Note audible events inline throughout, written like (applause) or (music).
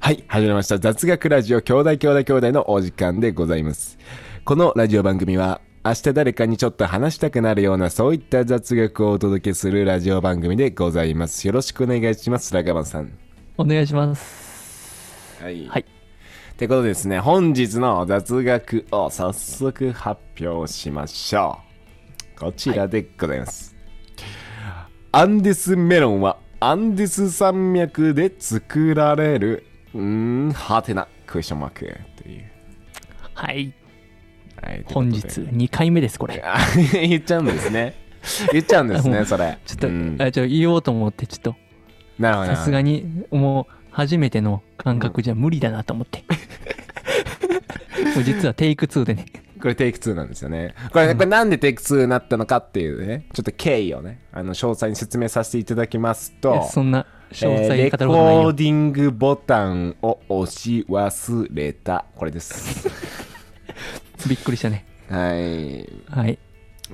始まりました雑学ラジオ兄弟兄弟兄弟のお時間でございますこのラジオ番組は明日誰かにちょっと話したくなるようなそういった雑学をお届けするラジオ番組でございますよろしくお願いしますラガマンさんお願いします。はいはいってことでですね本日の雑学を早速発表しましょうこちらでございます、アンデスメロンはアンデス山脈で作られるうーんはてなクエスチョンマークという、はい。はい、と本いう日ことで2回目です、これ。あ言っちゃうんです (laughs) ね言っちゃうんです (laughs) もねうそれちょっと、うんあちょ言おうと思って、ちょっなるほと、どさすがに、もう、初めての感覚じゃ無理だなと思って。もう実はテイク2でね。これテイク2なんですよね。これ,、これなんでテイク2になったのかっていうね、ちょっと経緯をね、あの詳細に説明させていただきますと、そんな詳細えーにレ語コることないよ。ーディングボタンを押し忘れた。これ (laughs) です。びっくりしたね。はい。はい。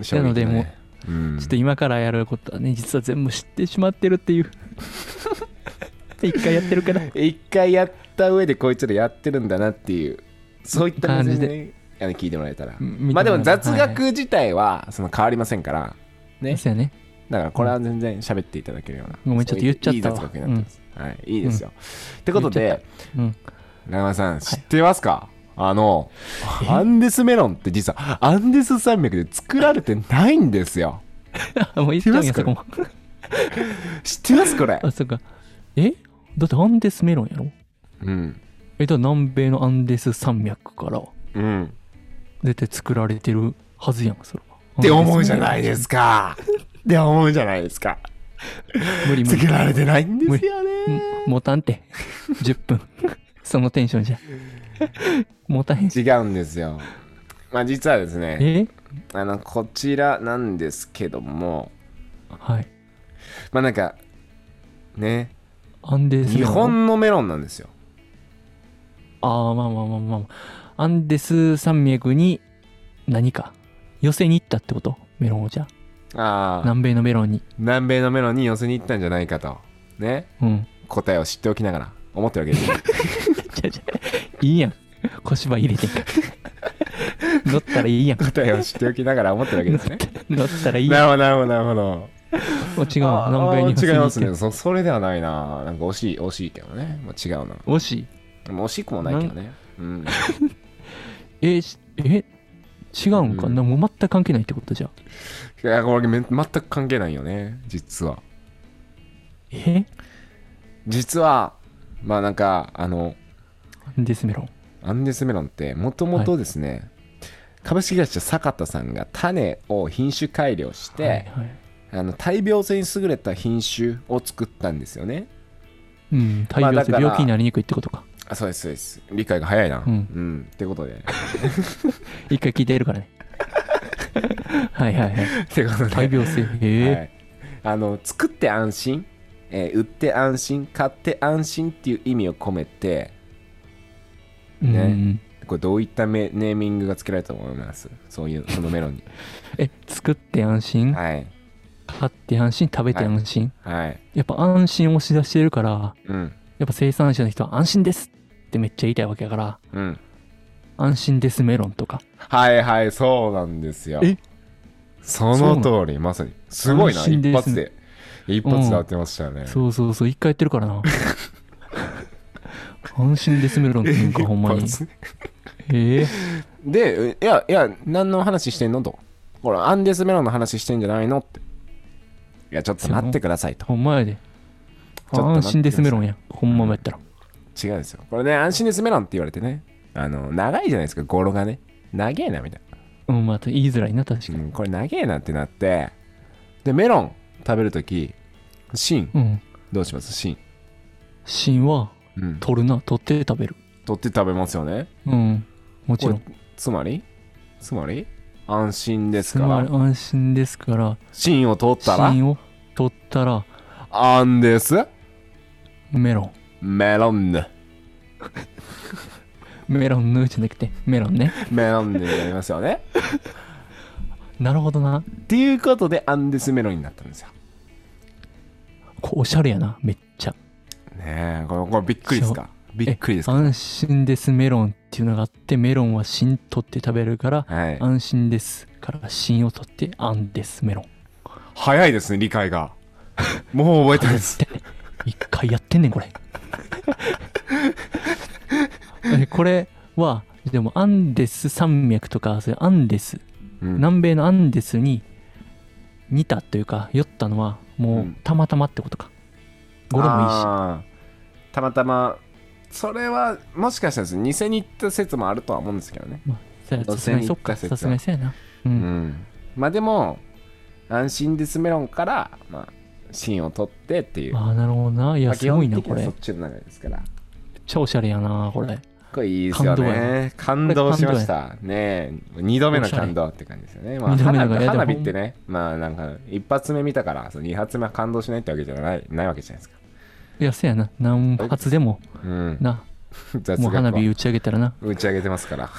衝撃だねなのでもう、うんちょっと今からやることはね、実は全部知ってしまってるっていう。一回やって (laughs) るから。一回やった上でこいつらやってるんだなっていう、そういった感じ感じで、あの聞いてもらえたら。うんまあでも見てもらえた雑学自体はその変わりませんから、ねで。すよね。 (laughs) だからこれは全然喋っていただけるような。ごめんちょっと言っちゃったいいわ雑学になってます。はい、いいですよ。ってこと言っで、うん。長山さん、知ってますか、あの、アンデスメロンって実はアンデス山脈で作られてないんですよ。もう言っちゃうん知っや、てそこまも。知ってますこれ。あ、そっか。えだってアンデスメロンやろうん。えっと南米のアンデス山脈からうん。絶対作られてるはずやんそれはって思うじゃいないですか。って思うじゃないですか。無理無作理られてないんですよね。持たんて (laughs) 10分そのテンションじゃ持たへんし違うんですよ。まあ実はですね、えあの、こちらなんですけども、はいまあなんか、ね、アンデスメ日ロン本のメロンなんですよ。ああまあまあまあまあまあアンデス山脈に何か寄せに行ったってことメロンをじゃああ、南米のメロンに南米のメロンに寄せに行ったんじゃないかと。ね。うん答えを知っておきながら思ってるわけです (laughs) よじゃじゃいいやん小芝居入れ (laughs) てんから乗ったらいいやん答えを知っておきながら思ってるわけですね乗った (laughs) らいいなやんるほどなるほどなるほどもう違うわあ南米に寄ーせに違い行まっすてねそそれではないななんか惜しい惜しいけどね、まあ、違うな惜しいでも惜しくもないけどねうんえしえ違うんか、うんなもう全く関係ないってことじゃんいやこれめ全く関係ないよね実はえ実はまあなんかあのデスメロンアンデスメロンってもともとですね、株式会社坂田さんが種を品種改良して、はいはいあの大病性に優れた品種を作ったんですよねうん大病まあだ性から病気になりにくいってことかあそうですそうです理解が早いなうんうん、ってことで一回聞いてやるから (laughs) ねはいはいはいってことで大病性へえ、はい、あの作って安心、えー売って安心買って安心っていう意味を込めてうんねこれどういっためネーミングがつけられたと思いますそういうそのメロ (laughs) ンにえ作って安心、はい買って安心食べて安心、はいやっぱ安心を押し出してるからうんやっぱ生産者の人は安心ですってめっちゃ言いたいわけやからうん安心ですメロンとかはいはいそうなんですよえその通りまさにすごいな安心一です発で一発で当てましたよね、そうそうそう一回やってるか (laughs) らな安心ですメロンって言うんかほんまに一発へえでいやいや何の話してんのとほらアンデスメロンの話してんじゃないのっていやちょっと待ってくださいとほんまやで。ちょっと待ってください安心ですメロンやん。ほんまもやったら。違うんですよこれね安心ですメロンって言われてねあの長いじゃないですか語呂がね長えなみたいうん、また言いづらいな、確かな、に。うん、これ長えなってなってでメロン食べるとき芯うん。どうします芯、芯はうん、取るな、取って食べる。取って食べますよねうん。もちろん。これつまりつまり安心ですつまりか安心ですから、芯を取ったら芯を取ったらアンデスメロン。メロンヌメロンのうちなくて、メロン (laughs) ね。メロンヌになりますよねなるほどな。っていうことでアンデスメロンになったんですよこうおしゃれやな、めっちゃ。ねえこれこれびっくりですかびっくりですか安心ですメロンっていうのがあってメロンは芯取って食べるからはい安心ですから芯を取って安ですメロン早いですね理解が (laughs) もう覚え (laughs) てないです絶対一回やってんねんこれ (laughs) えこれはでもアンデス山脈とかそれアンデスうん南米のアンデスに似たというか酔ったのはもううんたまたまってことか、語呂もいいしたまたまそれはもしかしたらです偽に行った説もあるとは思うんですけどねそうや路さすが線ににそ行っったか説さすがにそうやなうう、んんまあでも安心ですメロンから、まあ、芯を取ってっていうああなるほどないまやあすごいな基こ本的れにめはそっちの流っれですからちゃおしゃれやなこれこれいいですよね感動動しましたね2度目の感動って感じですよね、まあ、二度目花の感動いやでも花火ってねまあなんか一発目見たからその二発目は感動しないってわけじゃないないわけじゃないですかいやそうやな何発でも (laughs) うんな雑もう学花火は打ち上げたらな打ち上げてますから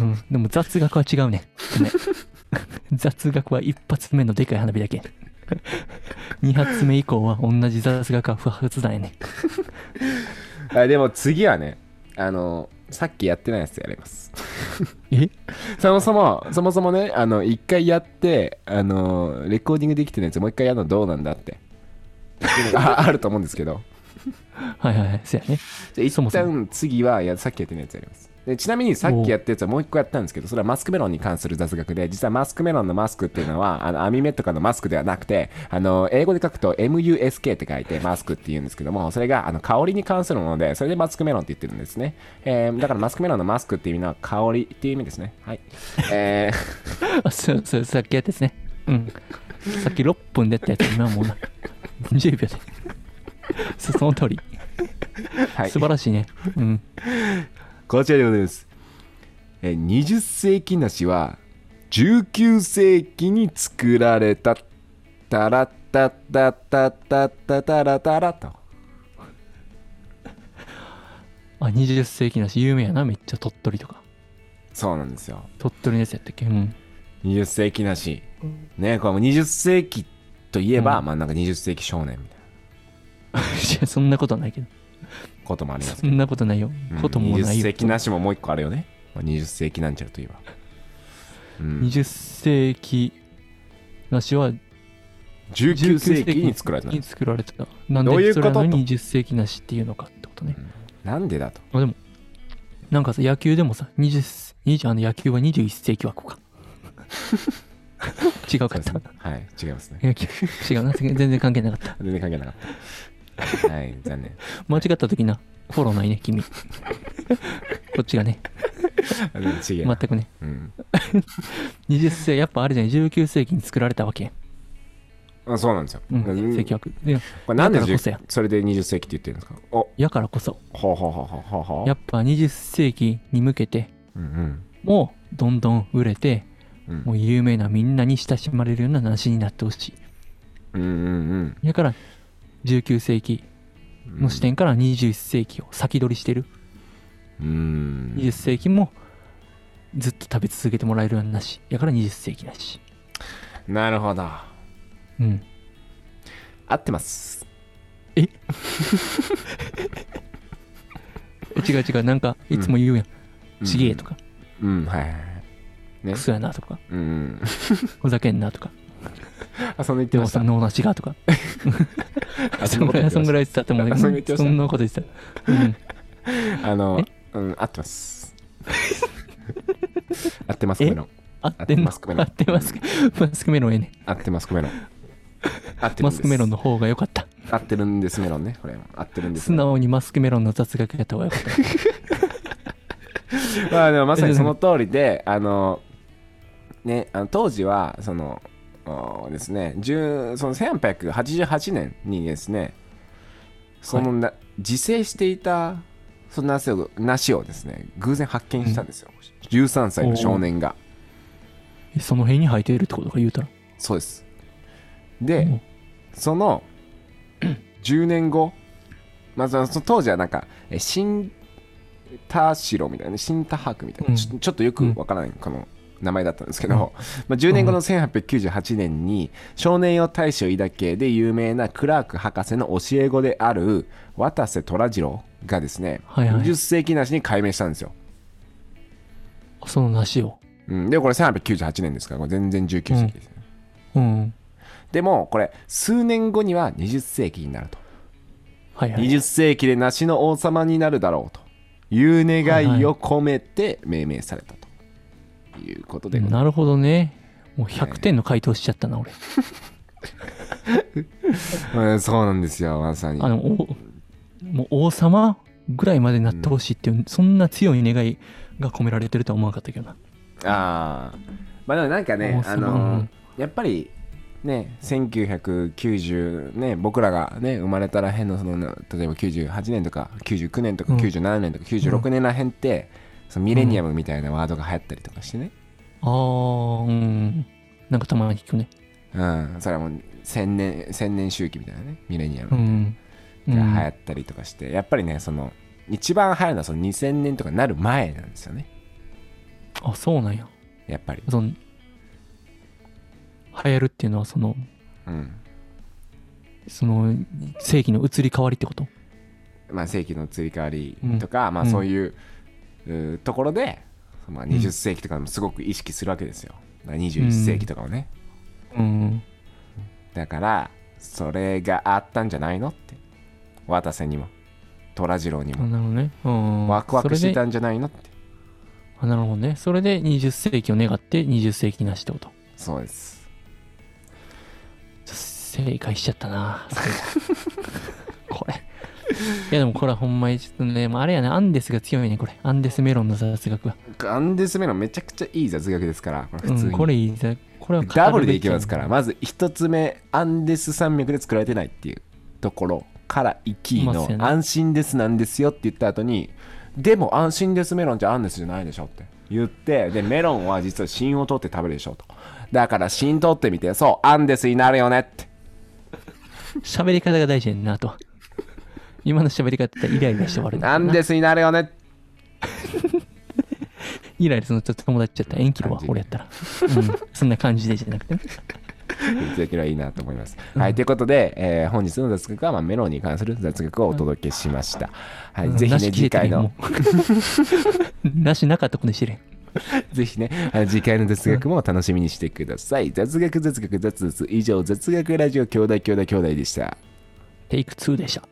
うん、でも雑学は違うね。ごめん (laughs) 雑学は一発目のでかい花火だけ。二発目以降は同じ雑学は不発弾やね。あでも次はねあのさっきやってないやつやります (laughs) えそもそもそもそもねあの一回やってあのレコーディングできてるやつもう一回やるのどうなんだ (laughs) ってっていうのがああると思うんですけどはいはいはい、そうやね。じゃあ一そもそ旦次はいやさっきやってないやつやりますでちなみにさっきやったやつはもう一個やったんですけどそれはマスクメロンに関する雑学で実はマスクメロンのマスクっていうのはあの網目とかのマスクではなくてあの英語で書くと MUSK って書いてマスクって言うんですけどもそれがあの香りに関するものでそれでマスクメロンって言ってるんですね、えーだからマスクメロンのマスクっていう意味のは香りっていう意味ですねはいえーあ、そうそう、さっきやったやつね。うん。さっき6分でやったやつ、今はもうな、10秒で。そうその通り。 (laughs) はい素晴らしいね。うん。こちらでございます。えー20世紀梨は19世紀に作られた。たらたたたたたたらたらと。あ、20世紀なし、有名やな、めっちゃ鳥取とか。そうなんですよ。鳥取のやつやったっけうん。 20世紀梨。ねこれもう20世紀といえば、うんまあなんか20世紀少年みたいいや、そんなことはないけど。なこともありますそ。んなことないよ。こともな20いよ。世紀梨ももう一個あるよね。まあ20世紀なんちゃらといえば。うん、 20世紀梨は19世紀に作られた。に作られた。なんどういでうこそとれとなのに20世紀梨っていうのかってことね。なんでだと。あでも、なんかさ、野球でもさ、20、20あの野球は21世 (laughs) 紀枠か。違うそうかっですたね。はい、違いますね。野球違うな、全然関係なかった。全然関係なかった。はい、残念。間違った時な、フォローないね、 (laughs) 君。こっちがね、違え全な、くね。うん20世紀、やっぱあれじゃない、19世紀に作られたわけやん。あ。そうなんですよ。うん、うん世紀枠。でこれなんでだからこそ10やそれで20世紀って言ってるんですかおやからこそ、ほうほうほうほうほうほう。やっぱ20世紀に向けて、うんもうどんどん売れて、うんうんもう有名なみんなに親しまれるような梨になってほしい。うんうんだから19世紀うん。の視点から21世紀を先取りしてる。うん。 20世紀もずっと食べ続けてもらえるような梨。だから20世紀梨。なるほど。うん。合ってます。違う違う。なんかいつも言うやん。うんちげえとか、うん、はいはいはい。ねクソやなとか、うんうん。 (laughs) ふざけんなとか、あ、そんな言ってでまもしたそ。の梨がとか。あそんぐら (laughs) い、そんぐい。らい言ってたと思うあそんぐらい言ってうましたんそんなこと言ってた。うん。あの、うん、合ってます。 (laughs) 合ってます、えごめんの。合ってんのマスクメロン合ってます。マスクメロンええね。合ってます、ごめんの。合ってるんですマスクメロンの方が良かった。合ってるんです、メロンね。これも合ってるんです素。直にマスクメロンの雑学やった方が良かった。 (laughs) まあでもまさにその通りで、あの、ね、あの当時は、その、おですね、10その1888年にですね、そのな、自生していた、その梨を梨をですね、偶然発見したんですよ。13歳の少年が。えその辺に生えているってことか言うたら。そうです。うでん、その、10年後、まあ、そのその当時はなんか、え新田城みたいな、新田博みたいな、うんちょちょっとよくわからない、この名前だったんですけど、まあ、10年後の1898年に少年用大使を抱けで有名なクラーク博士の教え子である渡瀬虎次郎がですね、はいはい20世紀梨に改名したんですよ、その梨を。うん、でこれ1898年ですからこれ全然19世紀ですね、うん。でもこれ数年後には20世紀になるとはいはい。 20世紀で梨の王様になるだろうという願いを込めて命名されたということでございますなるほどね。もう100点の回答しちゃったな、俺。うんそうなんですよまさにあの、おもう王様ぐらいまでなってほしいっていう、そんな強い願いが込められてるとは思わなかったけどな。ああまあでもなんかねもうあすごいのやっぱりね1990ね僕らがね生まれたらへんのその例えば98年とか99年とかうん97年とか96年らへんって、そのミレニアムみたいなワードが流行ったりとかしてね、あー、うん。なんかたまに聞くね。うん、それはもう千年千年周期みたいなねミレニアムうがん。うん流行ったりとかして、やっぱりねその一番流行るのはその2000年とかになる前なんですよねあ、そうなんや。やっぱり、その、流行るっていうのは、その、うん、その、世紀の移り変わりってことまあ、世紀の移り変わりとか、まあ、そういう、うーところで、まあ、20世紀とかもすごく意識するわけですよ、だから21世紀とかをね、うん。だからそれがあったんじゃないのって渡瀬にも虎次郎にあも、なるほどね。うん。ワクワクしてそれでたんじゃないのってあなるほどね。それで20世紀を願って20世紀なしってこと。そうですちょ正解しちゃったな。それじゃこれ。いやでもこれはほんまにちょっとね、まあ、あれやね、アンデスが強いね、これ。アンデスメロンの雑学は。アンデスメロンめちゃくちゃいい雑学ですからこれう普通に、ん、これいいぜ。これは語るべきやダブルでいけますからまず一つ目アンデス山脈で作られてないっていうところから行きいまのすよね安心ですなんですよって言った後にでも安心ですメロンってアンデスじゃないでしょって言ってでメロンは実は芯を取って食べるでしょとだから芯取ってみてそうアンデスになるよねって喋り方が大事やんな、あとは。今の喋り方ってイライラして終わるんだアよンなデスになるよねイライラするのちょっと友達やったら縁切るわ感じ、で俺やったら。うん、そんな感じでじゃなくてね。いただければいいなと思います。はい、ということで、えー本日の雑学は、まあ、メロンに関する雑学をお届けしました。はい、うんぜひなね、し切次れてる回やんのも、う (laughs) なしなかったことにしてるやん。 (laughs) ぜひね、あの次回の雑学も楽しみにしてください。雑学、雑学、雑々。以上、雑学ラジオ兄弟兄弟兄弟でした。テイク2でした。